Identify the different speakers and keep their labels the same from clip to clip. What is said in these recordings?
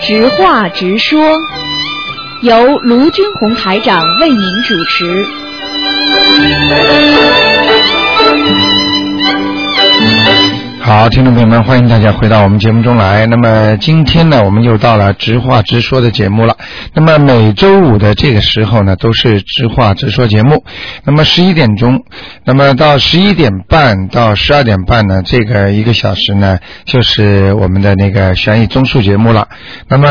Speaker 1: 直话直说，由卢军红台长为您主持。
Speaker 2: 好，听众朋友们，欢迎大家回到我们节目中来。那么今天呢，我们又到了直话直说的节目了。那么每周五的这个时候呢，都是直话直说节目。那么十一点钟，那么到十一点半到十二点半呢，这个一个小时呢，就是我们的那个悬疑综述节目了。那么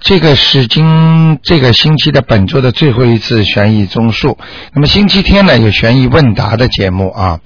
Speaker 2: 这个是今这个星期的本周的最后一次悬疑综述。那么星期天呢，有悬疑问答的节目啊。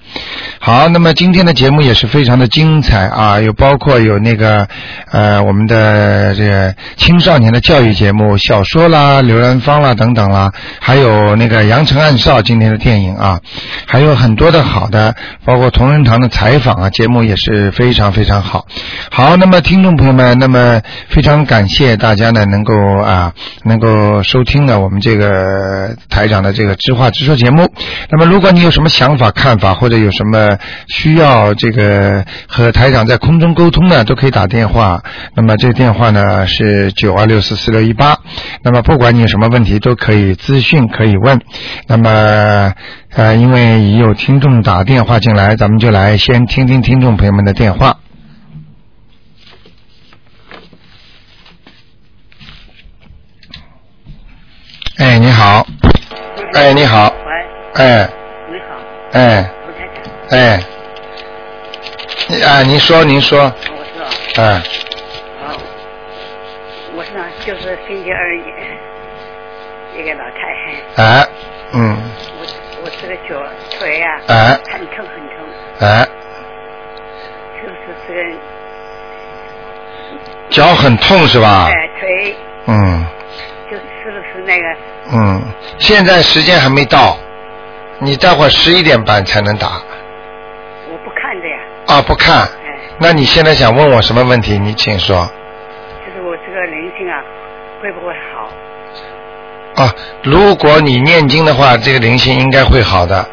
Speaker 2: 好，那么今天的节目也是非常的精彩啊，有包括有那个呃我们的这个青少年的教育节目、小说啦、刘兰芳啦等等啦，还有那个《阳城暗哨》今天的电影啊，还有很多的好的，包括同仁堂的采访啊，节目也是非常非常好。好，那么听众朋友们，那么非常感谢大家呢能够啊能够收听呢我们这个台长的这个知话直说节目。那么如果你有什么想法、看法，或者有什么需要这个和台长在空中沟通呢，都可以打电话。那么这个电话呢是九二六四四六一八。那么不管你有什么问题，都可以咨询，可以问。那么呃，因为已有听众打电话进来，咱们就来先听听听众朋友们的电话。哎，你好，哎，你好，
Speaker 3: 喂，
Speaker 2: 哎，
Speaker 3: 你好，
Speaker 2: 哎，
Speaker 3: 卢台长，
Speaker 2: 哎，你啊，您说，您说，
Speaker 3: 我是啊，
Speaker 2: 哎，
Speaker 3: 啊，哦我是呢，就是星期二一个老太太，
Speaker 2: 哎，嗯，
Speaker 3: 我我这个脚腿啊，
Speaker 2: 哎，
Speaker 3: 很痛很痛，
Speaker 2: 哎，
Speaker 3: 就是这个
Speaker 2: 脚很痛是吧？
Speaker 3: 哎腿，
Speaker 2: 嗯
Speaker 3: 就是不是那个
Speaker 2: 嗯，现在时间还没到，你待会儿十一点半才能打
Speaker 3: 我不看着呀，
Speaker 2: 啊，不看。
Speaker 3: 哎，
Speaker 2: 那你现在想问我什么问题？你请说。
Speaker 3: 就是我这个灵性啊，会不会好？
Speaker 2: 啊，如果你念经的话，这个灵性应该会好的。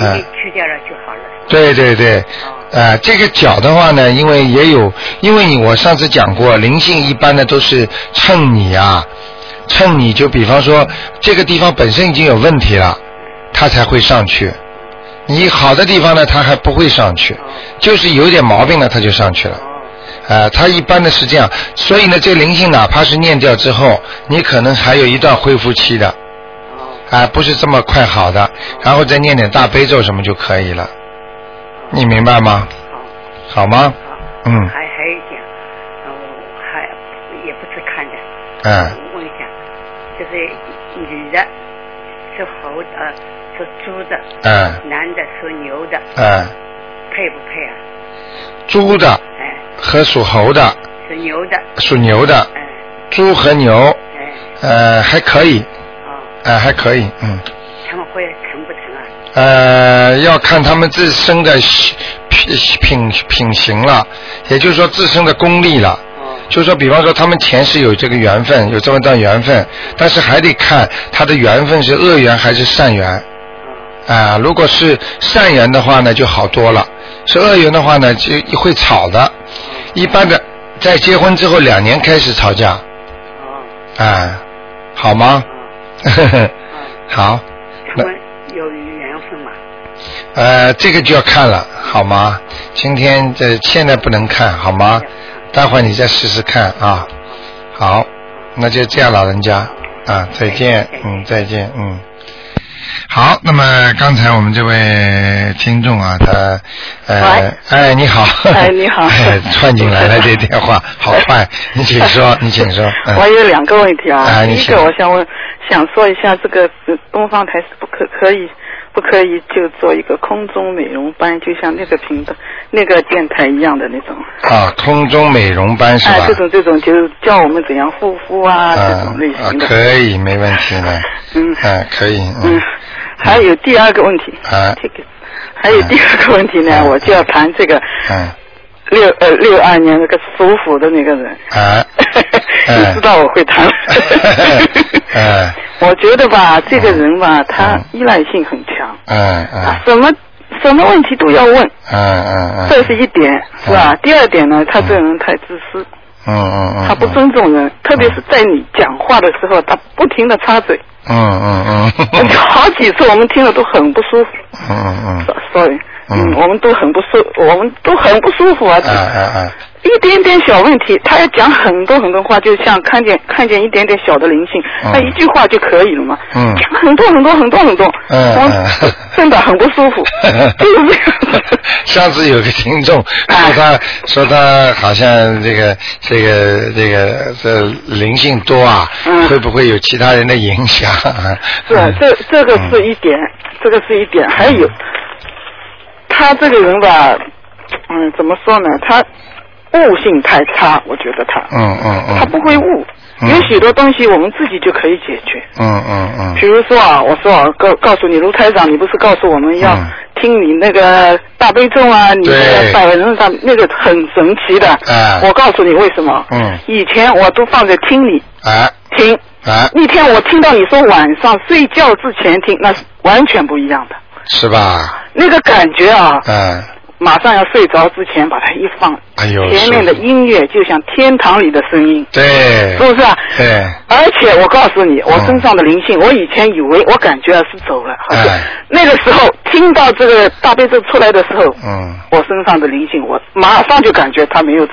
Speaker 2: 哎
Speaker 3: 你去掉了就好了，是吧
Speaker 2: 对对对，
Speaker 3: 哦，
Speaker 2: 呃，这个脚的话呢，因为也有，因为你我上次讲过，灵性一般呢都是趁你啊，趁你就比方说这个地方本身已经有问题了，它才会上去。你好的地方呢，它还不会上去，就是有点毛病了，它就上去了。
Speaker 3: 哦，
Speaker 2: 呃，它一般的是这样，所以呢，这个灵性哪怕是念掉之后，你可能还有一段恢复期的，
Speaker 3: 哦，
Speaker 2: 啊、不是这么快好的，然后再念点大悲咒什么就可以了，你明白吗？
Speaker 3: 好，
Speaker 2: 好吗？
Speaker 3: 好，
Speaker 2: 嗯
Speaker 3: 还还有一点，呃我还也不是看着。
Speaker 2: 嗯，
Speaker 3: 问一下，就是女的是猴的，呃，是猪的，
Speaker 2: 嗯，
Speaker 3: 男的是牛的，
Speaker 2: 嗯，
Speaker 3: 配不配啊？
Speaker 2: 猪的
Speaker 3: 哎，
Speaker 2: 和属猴的、
Speaker 3: 是牛的，
Speaker 2: 属牛的，
Speaker 3: 哎
Speaker 2: 猪和牛，
Speaker 3: 哎，
Speaker 2: 呃，还可以，
Speaker 3: 哦，
Speaker 2: 呃，还可以，嗯，
Speaker 3: 他们会疼不疼啊？
Speaker 2: 呃，要看他们自身的品品品行了，也就是说自身的功力了。
Speaker 3: 哦，
Speaker 2: 就说，比方说他们前世有这个缘分，有这么段缘分，但是还得看他的缘分是恶缘还是善缘
Speaker 3: 哦，
Speaker 2: 啊、如果是善缘的话呢，就好多了；是恶缘的话呢，就会吵的。一般的，在结婚之后两年开始吵架啊、
Speaker 3: 哦，
Speaker 2: 好吗？
Speaker 3: 哦，哦，
Speaker 2: 好，
Speaker 3: 他们有缘分嘛？
Speaker 2: 呃，这个就要看了，好吗？今天这现在不能看，好吗？待会儿你再试试看啊。好，那就这样，老人家啊，再见，嗯，再见，嗯。好，那么刚才我们这位听众啊，他呃
Speaker 4: 喂，
Speaker 2: 哎，你好，
Speaker 4: 哎你好
Speaker 2: 哎，窜进来了这电话，好 快，你请说，你请说，
Speaker 4: 我
Speaker 2: 嗯，
Speaker 4: 有两个问题啊，
Speaker 2: 哎
Speaker 4: 第
Speaker 2: 你
Speaker 4: 一
Speaker 2: 请
Speaker 4: 个我想问，想说一下这个呃东方台是不可可以不可以就做一个空中美容班，就像那个频道那个电台一样的那种，
Speaker 2: 啊，空中美容班是
Speaker 4: 哎
Speaker 2: 吧？，
Speaker 4: 这种这种就是教我们怎样护肤啊、这
Speaker 2: 啊
Speaker 4: 种类
Speaker 2: 啊
Speaker 4: 型，的，
Speaker 2: 可以，没问题的，
Speaker 4: 嗯
Speaker 2: 啊，可以，
Speaker 4: 嗯
Speaker 2: 嗯，，
Speaker 4: 还有第二个问题，
Speaker 2: 啊，
Speaker 4: 这个还有第二个问题呢，
Speaker 2: 嗯
Speaker 4: 我就要谈这个
Speaker 2: 嗯，
Speaker 4: 六呃六二年那个属虎的那个人，
Speaker 2: 啊，。
Speaker 4: 你知道我会谈
Speaker 2: 哎，
Speaker 4: 我觉得吧，这个人吧，他依赖性很强，
Speaker 2: 嗯
Speaker 4: 啊
Speaker 2: 嗯，
Speaker 4: 什么什么问题都要问，
Speaker 2: 嗯嗯嗯，
Speaker 4: 这是一点，是吧
Speaker 2: 嗯？
Speaker 4: 第二点呢，他这个人太自私，
Speaker 2: 嗯嗯嗯。
Speaker 4: 他不尊重人，特别是在你讲话的时候，他不停的插嘴，
Speaker 2: 嗯嗯嗯。嗯
Speaker 4: 好几次我们听了都很不舒服。
Speaker 2: 嗯嗯 嗯。
Speaker 4: sorry，
Speaker 2: 嗯
Speaker 4: 我们都很不舒，我们都很不舒服啊。
Speaker 2: 哎哎 哎，
Speaker 4: 一点点小问题，他要讲很多很多话，就像看见看见一点点小的灵性，
Speaker 2: 嗯
Speaker 4: 那一句话就可以了嘛。
Speaker 2: 嗯
Speaker 4: 讲很多很多很多很多，
Speaker 2: 嗯
Speaker 4: 我
Speaker 2: 嗯，
Speaker 4: 真的很不舒服 就是这样子。
Speaker 2: 上次有个听
Speaker 4: 啊
Speaker 2: 众说他说他好像这个这个这个这灵性多啊，
Speaker 4: 嗯
Speaker 2: 会不会有其他人的影响？
Speaker 4: 是啊这这个是一点，
Speaker 2: 嗯
Speaker 4: 这个是一点，还有他这个人吧，嗯，怎么说呢？他悟性太差，我觉得他，
Speaker 2: 嗯嗯嗯。
Speaker 4: 他不会悟，
Speaker 2: 嗯
Speaker 4: 有许多东西我们自己就可以解决。
Speaker 2: 嗯嗯嗯。
Speaker 4: 比如说啊，我说啊，告告诉你，卢台长，你不是告诉我们要
Speaker 2: 嗯
Speaker 4: 听你那个大悲咒啊，你那
Speaker 2: 对
Speaker 4: 个百人上那个很神奇的。
Speaker 2: 哎
Speaker 4: 我告诉你为什么？
Speaker 2: 嗯
Speaker 4: 以前我都放着听你
Speaker 2: 哎
Speaker 4: 听，
Speaker 2: 哎，
Speaker 4: 那天我听到你说晚上睡觉之前听，那是完全不一样的。
Speaker 2: 是吧？
Speaker 4: 那个感觉啊，
Speaker 2: 嗯，
Speaker 4: 马上要睡着之前把它一放，
Speaker 2: 哎呦，
Speaker 4: 前面的
Speaker 2: 是
Speaker 4: 音乐就像天堂里的声音，
Speaker 2: 对
Speaker 4: 是不是啊？
Speaker 2: 对，
Speaker 4: 而且我告诉你，我
Speaker 2: 嗯
Speaker 4: 身上的灵性，我以前以为我感觉是走了，好像
Speaker 2: 哎
Speaker 4: 那个时候听到这个大悲咒出来的时候，
Speaker 2: 嗯，
Speaker 4: 我身上的灵性，我马上就感觉它没有走，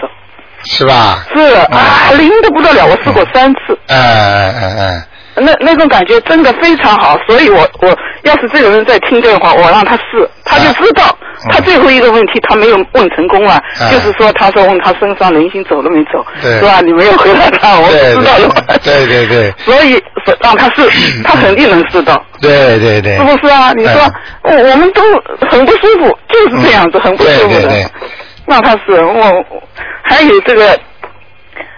Speaker 2: 是吧？
Speaker 4: 是啊，
Speaker 2: 嗯
Speaker 4: 灵的不得了，我试过三次，
Speaker 2: 哎哎哎哎，
Speaker 4: 那那种感觉真的非常好，所以我我要是这个人在听这个话，我让他试，他就知道
Speaker 2: 嗯，
Speaker 4: 他最后一个问题他没有问成功啊，
Speaker 2: 哎
Speaker 4: 就是说他说问他身上灵性走了没走，
Speaker 2: 对
Speaker 4: 是吧？你没有回答他，我
Speaker 2: 对
Speaker 4: 不知道了嘛，
Speaker 2: 对对对
Speaker 4: 所以所让他试，他肯定能试到，
Speaker 2: 对对嗯对嗯
Speaker 4: 是，不是啊？你说我我们都很不舒服，就是这样子，很不舒服
Speaker 2: 对对对
Speaker 4: 的，让他试，我我还有这个。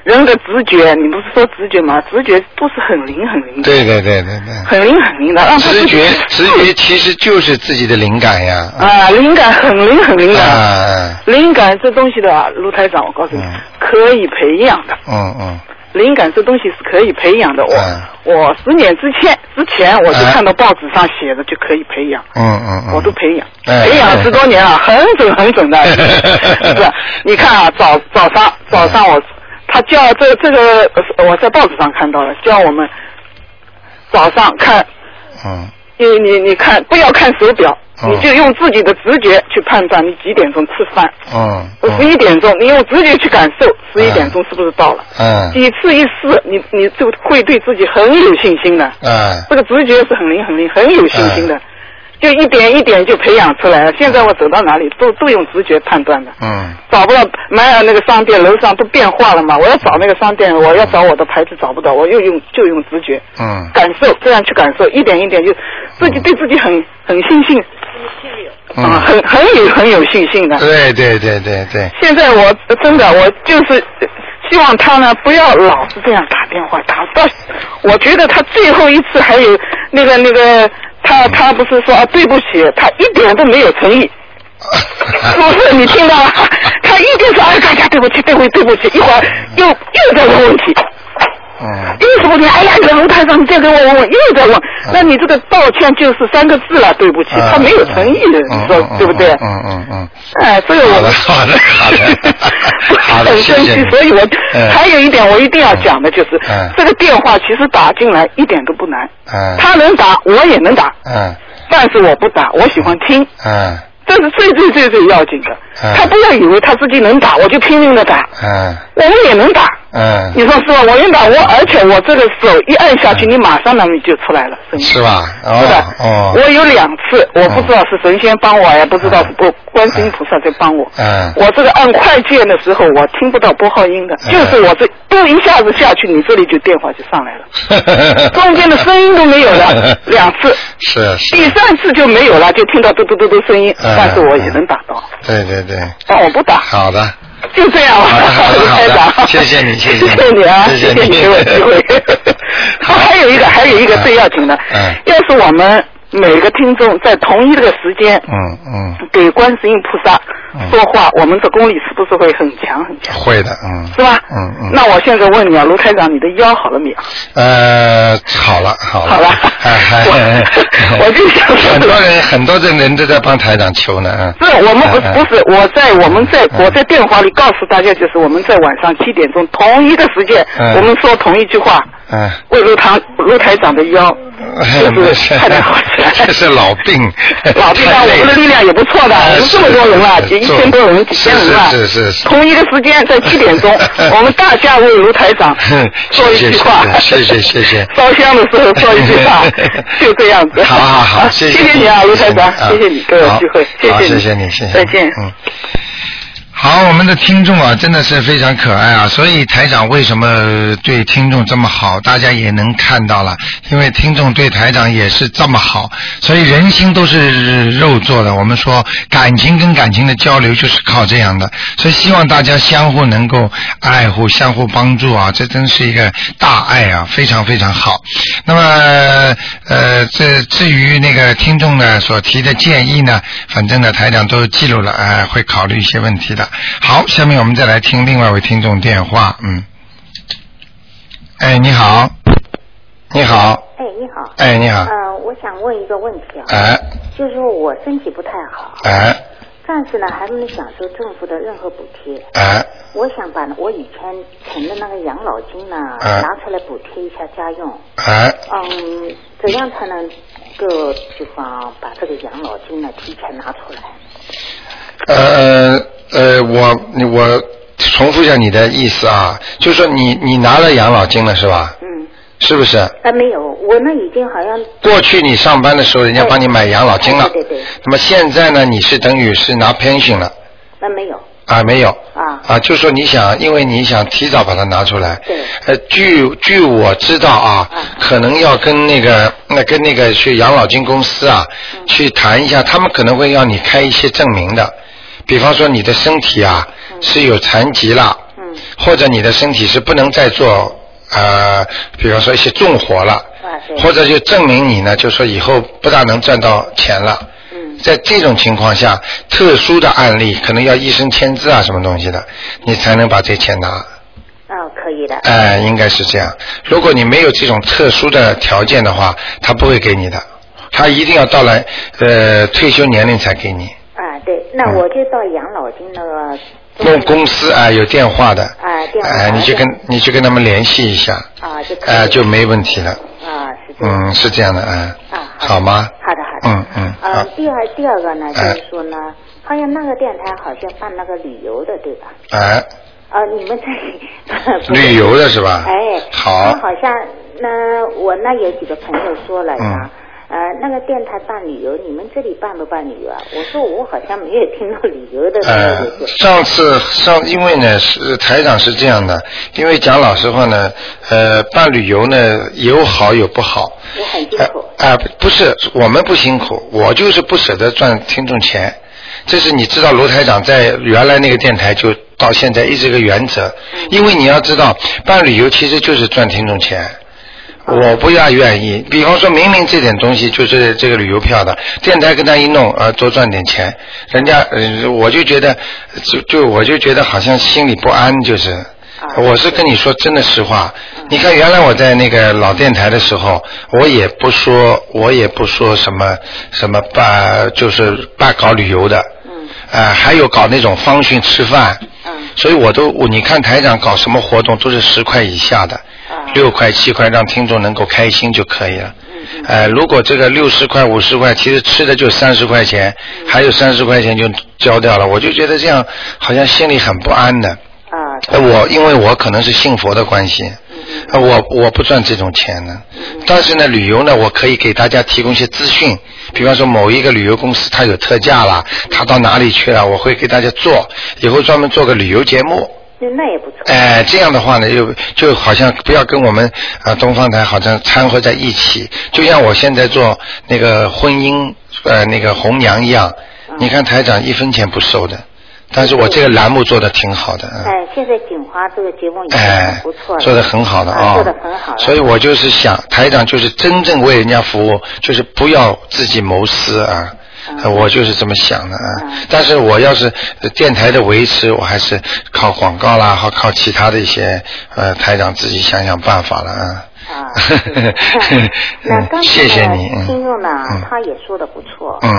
Speaker 4: 人的直觉，你不是说直觉吗？直觉都是很灵很灵的。
Speaker 2: 对对对对对。
Speaker 4: 很灵很灵的，让他
Speaker 2: 直 觉
Speaker 4: 自己，
Speaker 2: 直觉其实就是自己的灵感呀。
Speaker 4: 啊，灵感很灵很灵的，
Speaker 2: 啊，
Speaker 4: 灵感这东西的啊，卢台长，我告诉你，
Speaker 2: 嗯
Speaker 4: 可以培养的，
Speaker 2: 嗯嗯，
Speaker 4: 灵感这东西是可以培养的。我、
Speaker 2: 嗯
Speaker 4: 我十年之前之前我就
Speaker 2: 哎
Speaker 4: 看到报纸上写的就可以培养。
Speaker 2: 嗯嗯嗯。
Speaker 4: 我都培养，
Speaker 2: 哎
Speaker 4: 培养了十多年了，很准很 准的。是吧，你看啊，早早上早上我，他叫这这个呃我在报纸上看到了，叫我们早上看
Speaker 2: 嗯
Speaker 4: 你你你看，不要看手表，
Speaker 2: 嗯
Speaker 4: 你就用自己的直觉去判断你几点钟吃饭。
Speaker 2: 嗯
Speaker 4: 十一点钟，你用直觉去感受，十一点钟是不是到了？
Speaker 2: 嗯
Speaker 4: 几次一试，你你就会对自己很有信心的。
Speaker 2: 嗯
Speaker 4: 这个直觉是很灵很灵，很有信心的，就一点一点就培养出来了。现在我走到哪里都都用直觉判断的。
Speaker 2: 嗯
Speaker 4: 找不到买了那个商店，楼上都变化了嘛。我要找那个商店，我要找我的牌子找不到，我又用就用直觉。
Speaker 2: 嗯
Speaker 4: 感受，这样去感受，一点一点就自己对自己很很信心，啊，
Speaker 2: 嗯，
Speaker 4: 很很有很有信心 的。
Speaker 2: 对对对对对，
Speaker 4: 现在我真的我就是呃希望他呢不要老是这样打电话打到，我觉得他最后一次还有那个那个他他不是说啊对不起，他一点都没有诚意。
Speaker 2: 啊
Speaker 4: 是不是你听到了？他一定说哎，大家对不起，对不起，对不起，一会儿又又在问问题，
Speaker 2: 嗯
Speaker 4: 又什么题？哎呀，你卢台长，你再给我问问，又在问，那你这个道歉就是三个字了，对不起，他没有诚意的，你说对不对？
Speaker 2: 嗯嗯嗯，
Speaker 4: 哎，所以
Speaker 2: 好
Speaker 4: 我
Speaker 2: 的好的好的 好的
Speaker 4: 很
Speaker 2: 谢
Speaker 4: 生
Speaker 2: 谢
Speaker 4: 气
Speaker 2: 你，
Speaker 4: 所以我
Speaker 2: 嗯
Speaker 4: 还有一点我一定要讲的就是
Speaker 2: 嗯，
Speaker 4: 这个电话其实打进来一点都不难，
Speaker 2: 嗯
Speaker 4: 他能打我也能打，
Speaker 2: 嗯
Speaker 4: 但是我不打，我喜欢听。
Speaker 2: 嗯
Speaker 4: 这是最最最最要紧的
Speaker 2: 嗯，
Speaker 4: 他不要以为他自己能打，我就拼命的打，
Speaker 2: 嗯
Speaker 4: 我们也能打，
Speaker 2: 嗯，
Speaker 4: 你说是吧？我能打，我而且我这个手一按下去，你马上那你就出来了，声音
Speaker 2: 是吧？
Speaker 4: 是的
Speaker 2: 嗯哦，
Speaker 4: 我
Speaker 2: 哦，嗯
Speaker 4: 有两次，我不知道是神仙帮我，也不知道是不观世音菩萨在帮我。
Speaker 2: 嗯
Speaker 4: 我这个按快键的时候，我听不到拨号音的，
Speaker 2: 嗯，
Speaker 4: 就是我这都一下子下去，你这里就电话就上来了， 中间的声音都没有了 两次，
Speaker 2: 是是，
Speaker 4: 第三次就没有了，就听到嘟嘟嘟嘟声音，
Speaker 2: 嗯
Speaker 4: 但是我也能打到，
Speaker 2: 对对对，
Speaker 4: 但我不打，
Speaker 2: 好的。
Speaker 4: 就这样了，
Speaker 2: 好的好的好的
Speaker 4: 台 长
Speaker 2: 谢谢你谢
Speaker 4: 谢
Speaker 2: 谢你
Speaker 4: 谢你啊，
Speaker 2: 谢谢
Speaker 4: 谢
Speaker 2: 你。
Speaker 4: 你给我机会还有一个，还有一个
Speaker 2: 嗯
Speaker 4: 最要紧的
Speaker 2: 嗯，
Speaker 4: 要是我们每个听众在同一个时间
Speaker 2: 嗯嗯，
Speaker 4: 给观世音菩萨
Speaker 2: 嗯
Speaker 4: 说话，我们的功力是不是会很强很强？
Speaker 2: 会的，嗯
Speaker 4: 是吧？
Speaker 2: 嗯嗯嗯
Speaker 4: 那我现在问你啊，卢台长，你的腰好了没有？
Speaker 2: 呃，好了，好了，
Speaker 4: 好了
Speaker 2: 哎哎
Speaker 4: 我
Speaker 2: 哎哎
Speaker 4: 我 就想说
Speaker 2: 很多人很多的人都在帮台长求呢，啊
Speaker 4: 不是，我们不
Speaker 2: 哎哎
Speaker 4: 不是我在我们在
Speaker 2: 嗯
Speaker 4: 我在电话里告诉大家，就是我们在晚上七点钟同一个时间
Speaker 2: 嗯，
Speaker 4: 我们说同一句话，
Speaker 2: 嗯。
Speaker 4: 为卢堂卢台长的腰，
Speaker 2: 没
Speaker 4: 就
Speaker 2: 事
Speaker 4: 是快点好起来。
Speaker 2: 这是老病，
Speaker 4: 老兵啊，
Speaker 2: 太
Speaker 4: 我
Speaker 2: 累
Speaker 4: 们的力量也不 错的，
Speaker 2: 哎
Speaker 4: 我们这么多人了，几一千多人、几千人了，
Speaker 2: 是是是是，
Speaker 4: 同一个时间在七点钟 我们大家为卢台长说一句话，
Speaker 2: 谢谢谢谢谢谢，
Speaker 4: 烧香的时候说一句话 就这 样子。
Speaker 2: 好好好，谢
Speaker 4: 谢
Speaker 2: 你
Speaker 4: 你啊，卢台长
Speaker 2: 啊，
Speaker 4: 谢谢你给我机会，谢
Speaker 2: 好好
Speaker 4: 谢
Speaker 2: 谢谢
Speaker 4: 你，
Speaker 2: 你，谢谢你，
Speaker 4: 再见。
Speaker 2: 嗯。好，我们的听众啊，真的是非常可爱啊，所以台长为什么对听众这么好，大家也能看到了，因为听众对台长也是这么好，所以人心都是肉做的。我们说感情跟感情的交流就是靠这样的，所以希望大家相互能够爱护、相互帮助啊，这真是一个大爱啊，非常非常好。那么呃，这至于那个听众呢所提的建议呢，反正呢台长都记录了，哎、会考虑一些问题的。好，下面我们再来听另外一位听众电话，嗯，哎，你好，你好，
Speaker 5: 哎，你好。
Speaker 2: 哎，你好，
Speaker 5: 呃，我想问一个问题啊，
Speaker 2: 哎
Speaker 5: 就是说我身体不太好，
Speaker 2: 哎
Speaker 5: 暂时呢还没有享受政府的任何补贴。
Speaker 2: 哎，
Speaker 5: 我想把我以前存的那个养老金呢、
Speaker 2: 哎
Speaker 5: 拿出来补贴一下家用。
Speaker 2: 哎，
Speaker 5: 嗯，怎样才能够，比方把这个养老金呢提前拿出来？
Speaker 2: 呃呃，我我重复一下你的意思啊，就是说你你拿了养老金了是吧？
Speaker 5: 嗯，
Speaker 2: 是不是？
Speaker 5: 啊、没有，我呢已经好像
Speaker 2: 过去你上班的时候，人家帮你买养老金了。
Speaker 5: 对对对
Speaker 2: 那么现在呢，你是等于是拿 pension 了
Speaker 5: 那、没有
Speaker 2: 啊？没有。
Speaker 5: 啊。
Speaker 2: 啊，就说你想，因为你想提早把它拿出来。
Speaker 5: 对
Speaker 2: 呃，据据我知道啊，
Speaker 5: 嗯
Speaker 2: 可能要跟那个那跟那个去养老金公司啊，
Speaker 5: 嗯
Speaker 2: 去谈一下，他们可能会要你开一些证明的，比方说你的身体啊、是有残疾了，
Speaker 5: 嗯
Speaker 2: 或者你的身体是不能再做呃，比方说一些重活了，
Speaker 5: 啊对
Speaker 2: 或者就证明你呢，就说以后不大能赚到钱了。
Speaker 5: 嗯
Speaker 2: 在这种情况下，特殊的案例可能要医生签字啊，什么东西的，你才能把这钱拿。
Speaker 5: 啊，可以的。
Speaker 2: 哎、应该是这样。如果你没有这种特殊的条件的话，他不会给你的，他一定要到了呃退休年龄才给你。
Speaker 5: 啊，对，那我就到养老金那个
Speaker 2: 哎嗯弄公司啊、有电话的，
Speaker 5: 啊电话
Speaker 2: 哎、你就跟你就跟他们联系一下，
Speaker 5: 啊就可以
Speaker 2: 哎、就没问题了。
Speaker 5: 啊，是这样。
Speaker 2: 嗯，是这样的，哎、
Speaker 5: 啊，
Speaker 2: 好吗？
Speaker 5: 好的好的。
Speaker 2: 嗯嗯好
Speaker 5: 呃，第二第二个呢，就
Speaker 2: 哎
Speaker 5: 是说呢，好像那个电台好像办那个旅游的，对吧？
Speaker 2: 哎、
Speaker 5: 呃，你们 这
Speaker 2: 旅游的是吧？
Speaker 5: 哎，
Speaker 2: 好
Speaker 5: 那，好像那我那有几个朋友说了呀。
Speaker 2: 嗯
Speaker 5: 呃，那个电台办旅游，你们这里办不办旅游啊？我说我好像没有听到旅游的这
Speaker 2: 呃
Speaker 5: 个，就是
Speaker 2: 上次上因为呢是呃台长是这样的，因为讲老实话呢，呃，办旅游呢也有好有不好。
Speaker 5: 我很辛
Speaker 2: 哎
Speaker 5: 苦。
Speaker 2: 哎、不是，我们不辛苦，我就是不舍得赚听众钱。这是你知道卢台长在原来那个电台就到现在一直个原则，
Speaker 5: 嗯
Speaker 2: 因为你要知道，办旅游其实就是赚听众钱。
Speaker 5: 哦
Speaker 2: 我不大愿意，比方说明明这点东西就是这个旅游票的，电台跟他一弄，呃，多赚点钱，人家，呃，我就觉得，就就我就觉得好像心里不安，就是，
Speaker 5: 啊
Speaker 2: 我是跟你说真的实话，你看原来我在那个老电台的时候，我也不说，我也不说什么什么办，就是办搞旅游的，
Speaker 5: 嗯
Speaker 2: 呃，还有搞那种方讯吃饭，
Speaker 5: 嗯
Speaker 2: 所以我都我你看台长搞什么活动都是十块以下的，
Speaker 5: 啊
Speaker 2: 六块七块让听众能够开心就可以了。
Speaker 5: 嗯
Speaker 2: 呃，如果这个六十块五十块，其实吃的就三十块钱，还有三十块钱就交掉了，我就觉得这样好像心里很不安的。
Speaker 5: 嗯啊嗯
Speaker 2: 呃我因为我可能是信佛的关系，呃我我不赚这种钱呢。但是呢，旅游呢，我可以给大家提供一些资讯，比方说某一个旅游公司它有特价啦，它到哪里去了，我会给大家做，以后专门做个旅游节目。
Speaker 5: 嗯那那也不错。
Speaker 2: 哎、这样的话呢，又就好像不要跟我们啊、呃东方台好像掺和在一起，就像我现在做那个婚姻呃那个红娘一样，你看台长一分钱不收的，但是我这个栏目做的挺好的。嗯
Speaker 5: 哎，现在锦华这个节目已经
Speaker 2: 哎
Speaker 5: 很不错了，
Speaker 2: 做的很好的
Speaker 5: 啊
Speaker 2: 啊，
Speaker 5: 做的很好了。
Speaker 2: 所以我就是想，台长就是真正为人家服务，就是不要自己谋私啊。呃我就是这么想的啊
Speaker 5: 嗯，
Speaker 2: 但是我要是呃电台的维持，我还是靠广告啦，或靠其他的一些呃台长自己想想办法了啊。嗯
Speaker 5: 啊， 那刚才
Speaker 2: 你，
Speaker 5: 的听众呢
Speaker 2: 嗯，
Speaker 5: 他也说的不错。
Speaker 2: 嗯。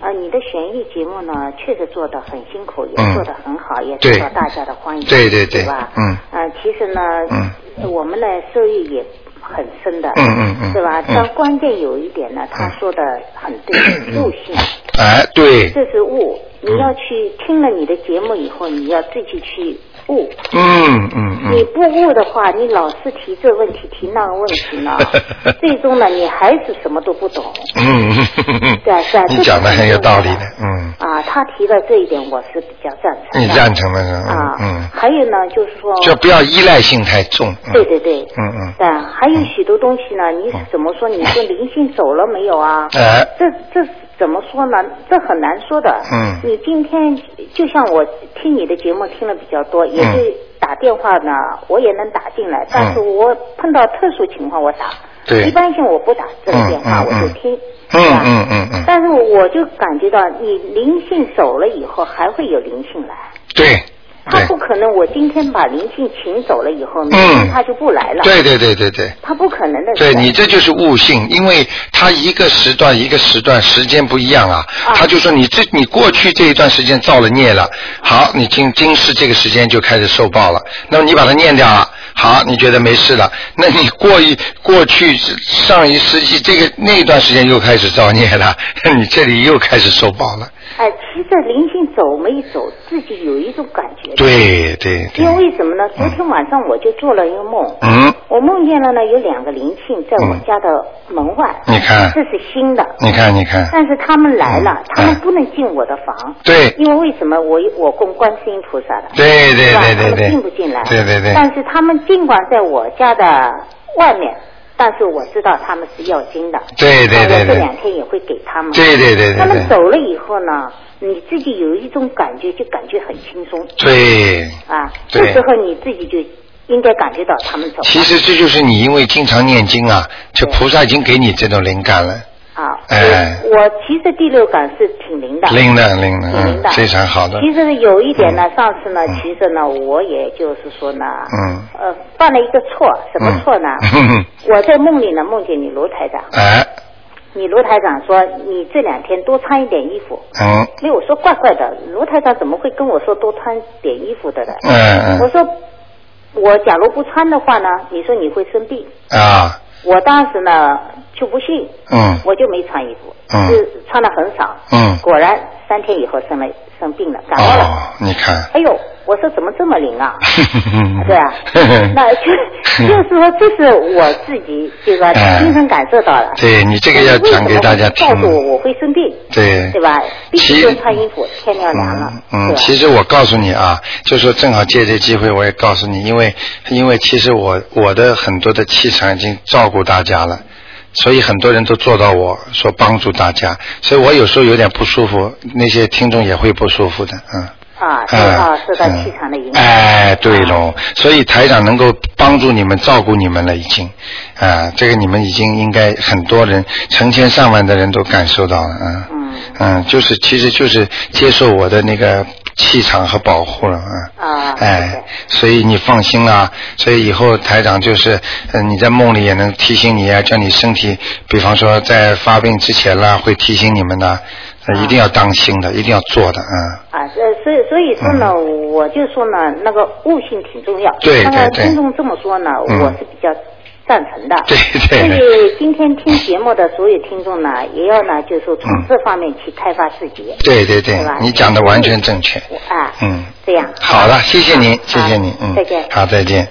Speaker 5: 呃，你的悬疑节目呢，确实做的很辛苦，也
Speaker 2: 嗯
Speaker 5: 做的很好，也
Speaker 2: 对
Speaker 5: 受到大家的欢迎，
Speaker 2: 对对对
Speaker 5: 吧？
Speaker 2: 嗯。
Speaker 5: 呃，其实呢，我们的收益也很深的，
Speaker 2: 嗯嗯嗯
Speaker 5: 是吧？
Speaker 2: 嗯
Speaker 5: 但关键有一点呢，他说的很 对，悟性，
Speaker 2: 哎，对，
Speaker 5: 这是悟。你要去听了你的节目以后，你要自己去悟。
Speaker 2: 嗯嗯
Speaker 5: 你
Speaker 2: 嗯，
Speaker 5: 不悟的话，你老是提这问题提那个问 题呢，最终呢，你还是什么都不懂。
Speaker 2: 嗯，嗯
Speaker 5: 对啊是啊
Speaker 2: 你讲的很有道理
Speaker 5: 这
Speaker 2: 的
Speaker 5: 是，
Speaker 2: 嗯，
Speaker 5: 啊，他提的这一点我是比较赞成的。
Speaker 2: 你赞成的是，
Speaker 5: 啊
Speaker 2: 嗯，嗯，
Speaker 5: 还有呢，就是说，
Speaker 2: 就不要依赖性太重，嗯
Speaker 5: 哦对对对，
Speaker 2: 嗯嗯，
Speaker 5: 但还有许多东西呢，你怎么说？你说灵性走了没有啊？
Speaker 2: 哎，
Speaker 5: 这这怎么说呢？这很难说的。
Speaker 2: 嗯
Speaker 5: 你今天就像我听你的节目听了比较多，也
Speaker 2: 嗯
Speaker 5: 是打电话呢，我也能打进来，但是我碰到特殊情况我打，
Speaker 2: 对
Speaker 5: 一般性我不打这个电话，
Speaker 2: 嗯嗯
Speaker 5: 我
Speaker 2: 嗯
Speaker 5: 就听。
Speaker 2: 嗯
Speaker 5: 是吧
Speaker 2: 嗯嗯嗯
Speaker 5: 但是我就感觉到，你灵性走了以后，还会有灵性来。
Speaker 2: 对，
Speaker 5: 他
Speaker 2: 对
Speaker 5: 不，可能，我今天把灵性请走了以后，明
Speaker 2: 嗯
Speaker 5: 天他就不来了。
Speaker 2: 对对对对对。
Speaker 5: 他不可能的事。
Speaker 2: 对你这就是悟性，因为他一个时段一个时段时间不一样啊，
Speaker 5: 啊
Speaker 2: 他就说你这你过去这一段时间造了孽了，好，你今今世这个时间就开始受报了，那么你把它念掉了，好，你觉得没事了，那你过一过去上一世纪这个那一段时间又开始造孽了， 你这里又开始受报了，
Speaker 5: 哎，其实灵性走没走，自己有一种感觉。。
Speaker 2: 对对对
Speaker 5: 因，为什么呢？昨天晚上我就做了一个梦，
Speaker 2: 嗯，
Speaker 5: 我梦见了呢有两个灵性在我
Speaker 2: 嗯
Speaker 5: 家的门外，
Speaker 2: 你看
Speaker 5: 这是新的，
Speaker 2: 你看你看，
Speaker 5: 但是他们来了
Speaker 2: 嗯，
Speaker 5: 他们不能进我的房，
Speaker 2: 对
Speaker 5: 因为为什么我我供观世音菩萨的，
Speaker 2: 对对
Speaker 5: 是吧
Speaker 2: 对对
Speaker 5: 他们
Speaker 2: 对，
Speaker 5: 进不进来，
Speaker 2: 对对对，
Speaker 5: 但是他们尽管在我家的外面，但是我知道他们是要经的，
Speaker 2: 对对对
Speaker 5: 那我这
Speaker 2: 对
Speaker 5: 两天也会给他们，
Speaker 2: 对对对
Speaker 5: 他
Speaker 2: 对
Speaker 5: 们
Speaker 2: 对，
Speaker 5: 走了以后呢，你自己有一种感觉，就感觉很轻松
Speaker 2: 对。
Speaker 5: 啊。
Speaker 2: 对
Speaker 5: 这时候你自己就应该感觉到他们走
Speaker 2: 其
Speaker 5: 了
Speaker 2: 实这就是你因为经常念经啊，这
Speaker 5: 对
Speaker 2: 菩萨已经给你这种灵感了，
Speaker 5: 啊。
Speaker 2: 哎
Speaker 5: 我我其实第六感是挺灵的，
Speaker 2: 灵的灵的，
Speaker 5: 挺灵
Speaker 2: 嗯
Speaker 5: 的，，
Speaker 2: 非常好的，
Speaker 5: 其实有一点呢，上次呢，其实呢，我也就是说呢，
Speaker 2: 嗯，
Speaker 5: 呃，犯了一个错，什么错呢？
Speaker 2: 嗯
Speaker 5: 我在梦里呢，梦见你卢台长，
Speaker 2: 哎，
Speaker 5: 你卢台长说你这两天多穿一点衣服。
Speaker 2: 嗯，
Speaker 5: 没有，我说怪怪的，卢台长怎么会跟我说多穿点衣服的呢？
Speaker 2: 嗯
Speaker 5: 我说，我假如不穿的话呢，你说你会生病。
Speaker 2: 嗯啊，
Speaker 5: 我当时呢就不信，
Speaker 2: 嗯
Speaker 5: 我就没穿衣服，
Speaker 2: 嗯
Speaker 5: 是穿的很少。
Speaker 2: 嗯，
Speaker 5: 果然三天以后生了生病了，感冒了。
Speaker 2: 哦，你看，，
Speaker 5: 哎呦，我说怎么这么灵啊？对啊
Speaker 2: 嗯
Speaker 5: 那就就是说，这是我自己对吧？
Speaker 2: 哎
Speaker 5: 亲身呃感受到了。
Speaker 2: 对你这个要讲给大家听
Speaker 5: 为什么会告诉我我会生病，
Speaker 2: 对
Speaker 5: 对吧？必须
Speaker 2: 其
Speaker 5: 多穿衣服，天要凉了
Speaker 2: 嗯，
Speaker 5: 对
Speaker 2: 嗯，
Speaker 5: 吧
Speaker 2: 其实我告诉你啊，就说正好借这机会，我也告诉你，因为因为其实我我的很多的气场已经照顾大家了。所以很多人都做到我说帮助大家，所以我有时候有点不舒服，那些听众也会不舒服的，嗯。
Speaker 5: 啊，受
Speaker 2: 嗯
Speaker 5: 到受到
Speaker 2: 嗯
Speaker 5: 气场的影响。
Speaker 2: 哎，对喽，所以台长能够帮助你们、照顾你们了，已经，啊，这个你们已经应该很多人、成千上万的人都感受到了，啊，
Speaker 5: 嗯
Speaker 2: 嗯，就是其实就是接受我的那个气场和保护了，啊。
Speaker 5: 啊
Speaker 2: 哎，所以你放心啦，所以以后台长就是，呃，你在梦里也能提醒你啊，叫你身体，比方说在发病之前啦，会提醒你们的，呃一定要当心的，一定要做的，嗯。
Speaker 5: 啊，呃，所以所以说呢，我就说呢，那个悟性挺重要。
Speaker 2: 对
Speaker 5: 那
Speaker 2: 对
Speaker 5: 个
Speaker 2: 对
Speaker 5: 听众这么说呢，
Speaker 2: 嗯
Speaker 5: 我是比较赞成的。
Speaker 2: 对对对
Speaker 5: 所以今天听节目的所有听众呢，也要呢，就是说从这方面去开发自己。
Speaker 2: 嗯对对对
Speaker 5: 对吧，
Speaker 2: 你讲的完全正确。
Speaker 5: 我啊，
Speaker 2: 嗯，
Speaker 5: 这样。
Speaker 2: 好了，谢谢您
Speaker 5: 好，
Speaker 2: 谢谢您，嗯，
Speaker 5: 再见。
Speaker 2: 好，再见。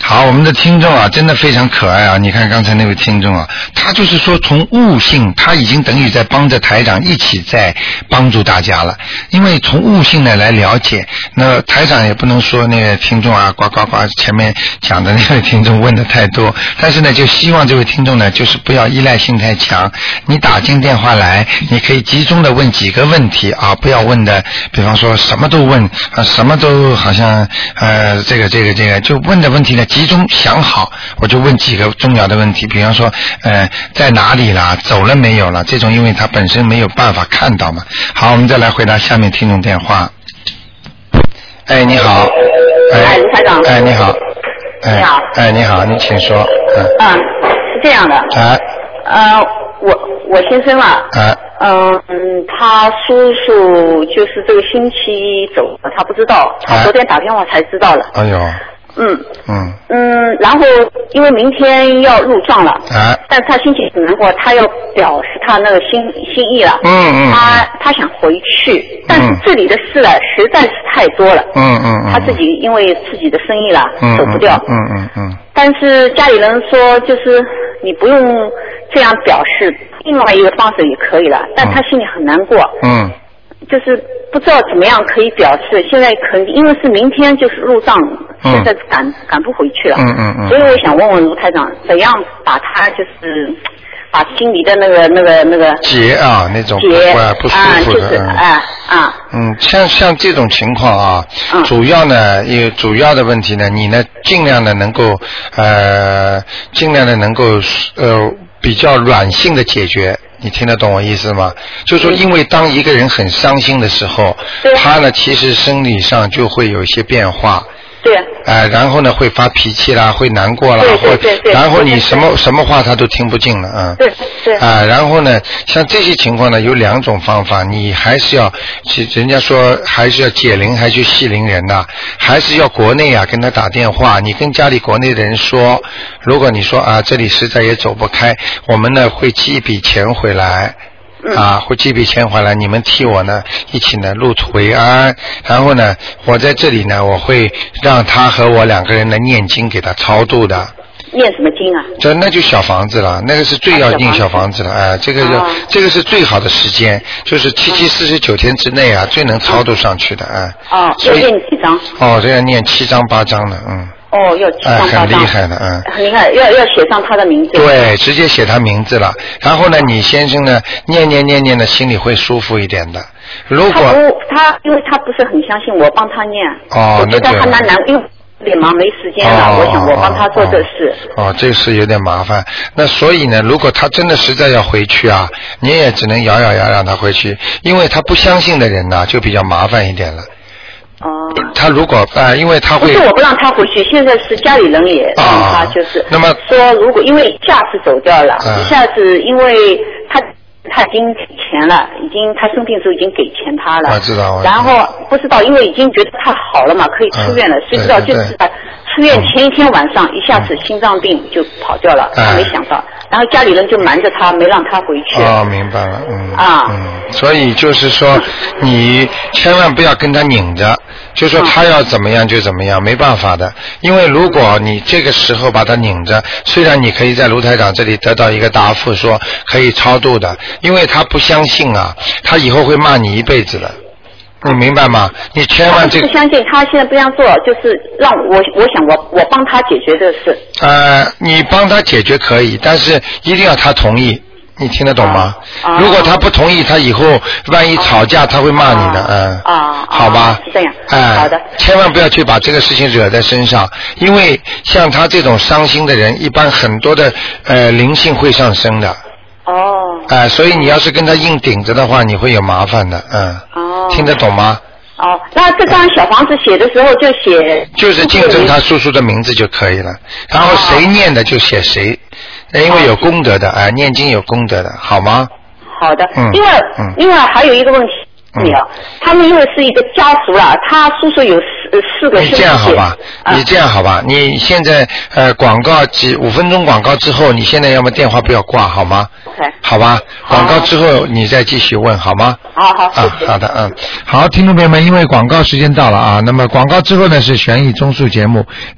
Speaker 2: 好，我们的听众啊，真的非常可爱啊！你看刚才那位听众啊，他就是说从悟性，他已经等于在帮着台长一起在帮助大家了。因为从悟性呢来了解，那台长也不能说那个听众啊，呱呱呱，前面讲的那位听众问的太多，但是呢，就希望这位听众呢，就是不要依赖性太强。你打进电话来，你可以集中的问几个问题啊，不要问的，比方说什么都问啊，什么都好像呃，这个这个这个，就问的问题呢，集中想好，我就问几个重要的问题，比方说呃，在哪里啦，走了没有啦，这种因为他本身没有办法看到嘛。好，我们再来回答下面听众电话。哎，你好。哎，
Speaker 6: 哎卢台长
Speaker 2: 哎，你好。哎
Speaker 4: 你好，
Speaker 2: 哎，你好，你请说，嗯，
Speaker 4: 啊，是这样的，
Speaker 2: 哎，
Speaker 4: 呃，我我先生啊，
Speaker 2: 哎，
Speaker 4: 嗯、嗯，他叔叔就是这个星期走了，他不知道，他昨天打电话才知道了，
Speaker 2: 哎呦，
Speaker 4: 嗯
Speaker 2: 嗯，
Speaker 4: 嗯，然后因为明天要入账了，
Speaker 2: 哎，
Speaker 4: 但他心情很难过，他要表示他那个心心意了，
Speaker 2: 嗯嗯
Speaker 4: 他他想回去，但是
Speaker 2: 嗯
Speaker 4: 这里的事啊实在是太多了，
Speaker 2: 嗯嗯嗯，
Speaker 4: 他自己因为自己的生意啦
Speaker 2: 嗯
Speaker 4: 走不掉，
Speaker 2: 嗯嗯嗯
Speaker 4: 但是家里人说，就是你不用这样表示，另外一个方式也可以了。但他心里很难过，
Speaker 2: 嗯
Speaker 4: 就是不知道怎么样可以表示。现在可因为是明天就是入账，
Speaker 2: 嗯
Speaker 4: 现在赶赶不回去了。
Speaker 2: 嗯嗯嗯
Speaker 4: 所以我想问问卢台长，怎样把他就是把心里的那个那个那个
Speaker 2: 结啊那种不
Speaker 4: 结
Speaker 2: 啊不舒
Speaker 4: 啊，
Speaker 2: 服
Speaker 4: 就
Speaker 2: 的
Speaker 4: 是
Speaker 2: 嗯
Speaker 4: 啊啊
Speaker 2: 嗯，像像这种情况啊，
Speaker 4: 嗯
Speaker 2: 主要呢，有主要的问题呢，你呢尽量的能够呃，尽量的能够呃比较软性的解决，你听得懂我意思吗？就说因为当一个人很伤心的时候，
Speaker 4: 对
Speaker 2: 他呢其实生理上就会有一些变化。
Speaker 4: 对啊
Speaker 2: 哎、然后呢，会发脾气啦，会难过啦，
Speaker 4: 对
Speaker 2: 或
Speaker 4: 对对对
Speaker 2: 然后你
Speaker 4: 对对
Speaker 2: 什么什么话他都听不进了，嗯。
Speaker 4: 对对
Speaker 2: 啊，然后呢，像这些情况呢，有两种方法，你还是要，其人家说还是要解铃还去系铃人呐、还是要国内啊跟他打电话，你跟家里国内的人说，如果你说啊这里实在也走不开，我们呢会寄一笔钱回来。啊，会寄笔钱回来，你们替我呢一起呢入土为安，然后呢，我在这里呢，我会让他和我两个人呢念经给他超度的。
Speaker 4: 念什么经啊？
Speaker 2: 这那就小房子了，那个是最要进小房子了，哎，这个要、
Speaker 4: 哦
Speaker 2: 这个是最好的时间，就是七
Speaker 4: 嗯
Speaker 2: 七四十九天之内啊，最能操作上去的，哎。
Speaker 4: 哦，要
Speaker 2: 所以
Speaker 4: 念几张？
Speaker 2: 哦，这要念七章八章的，嗯，
Speaker 4: 哦，要七
Speaker 2: 哎，
Speaker 4: 张八
Speaker 2: 很厉
Speaker 4: 张。
Speaker 2: 害的，嗯。
Speaker 4: 很厉害，要要写上他的名字。
Speaker 2: 对，直接写他名字了。然后呢，你先生呢，念念念念呢，心里会舒服一点的。如
Speaker 4: 他
Speaker 2: 果
Speaker 4: 不，他因为他不是很相信我帮他念，
Speaker 2: 哦
Speaker 4: 啊我觉得
Speaker 2: 那对
Speaker 4: 他蛮难，因为有点忙没时间了，我想我帮他做这事。
Speaker 2: 哦。哦，这事有点麻烦。那所以呢，如果他真的实在要回去啊，你也只能咬咬牙让他回去，因为他不相信的人呢、就比较麻烦一点了。
Speaker 4: 哦，
Speaker 2: 他如果啊、呃因为他
Speaker 4: 不
Speaker 2: 会
Speaker 4: 是我不让他回去，现在是家里人也让他就是，
Speaker 2: 啊那么
Speaker 4: 说如果因为一下子走掉了，
Speaker 2: 嗯
Speaker 4: 一下子因为他。他已经给钱了，已经他生病的时候已经给钱他了，
Speaker 2: 我啊知道我知道
Speaker 4: 然后不知道，因为已经觉得他好了嘛，可以出院了
Speaker 2: 嗯，
Speaker 4: 谁知道
Speaker 2: 对
Speaker 4: 就
Speaker 2: 对
Speaker 4: 是在出院前一天晚上，一下子心脏病就跑掉了，
Speaker 2: 哎
Speaker 4: 他没想到，然后家里人就瞒着他，没让他回去。
Speaker 2: 哦，明白了，嗯，
Speaker 4: 啊
Speaker 2: 嗯，所以就是 说，你千万不要跟他拧着，就说
Speaker 4: 啊
Speaker 2: 他要怎么样就怎么样，没办法的。因为如果你这个时候把他拧着，虽然你可以在卢台长这里得到一个答复说可以超度的，因为他不相信啊，他以后会骂你一辈子的，你明白吗？你千
Speaker 4: 他
Speaker 2: 万
Speaker 4: 不
Speaker 2: 这
Speaker 4: 是相信，他现在不这样做，就是让我，我想我我帮他解决这事。
Speaker 2: 呃，你帮他解决可以，但是一定要他同意。你听得懂吗？
Speaker 4: 啊啊
Speaker 2: 如果他不同意，他以后万一吵架，他会骂你的，嗯
Speaker 4: 啊，啊
Speaker 2: 好吧，
Speaker 4: 是这样
Speaker 2: 哎，
Speaker 4: 好的
Speaker 2: 千万不要去把这个事情惹在身上，因为像他这种伤心的人，一般很多的呃灵性会上升的，
Speaker 4: 哦
Speaker 2: 哎、所以你要是跟他硬顶着的话，你会有麻烦的，嗯，
Speaker 4: 哦
Speaker 2: 听得懂吗？
Speaker 4: 哦，那这张小房子写的时候就哦写
Speaker 2: 就是竞争他叔叔的名字就可以了，然后谁念的就写谁，因为有功德的，哎，念经有功德的，好吗？
Speaker 4: 好的。
Speaker 2: 嗯
Speaker 4: 另外
Speaker 2: 嗯
Speaker 4: 另外还有一个问题。
Speaker 2: 嗯
Speaker 4: 你啊，他们因为是一个家族啦，他叔叔有四呃四个
Speaker 2: 你
Speaker 4: 兄弟。
Speaker 2: 这样好吧？
Speaker 4: 啊
Speaker 2: 你这样好吧？你现在呃广告几五分钟广告之后，你现在要么电话不要挂好吗？
Speaker 4: OK
Speaker 2: 好吧，
Speaker 4: 好
Speaker 2: 广告之后你再继续问好吗？
Speaker 4: 好哦好
Speaker 2: 啊
Speaker 4: 谢，谢
Speaker 2: 好的，嗯，好，听众朋友们，因为广告时间到了啊，那么广告之后呢是悬疑综述节目，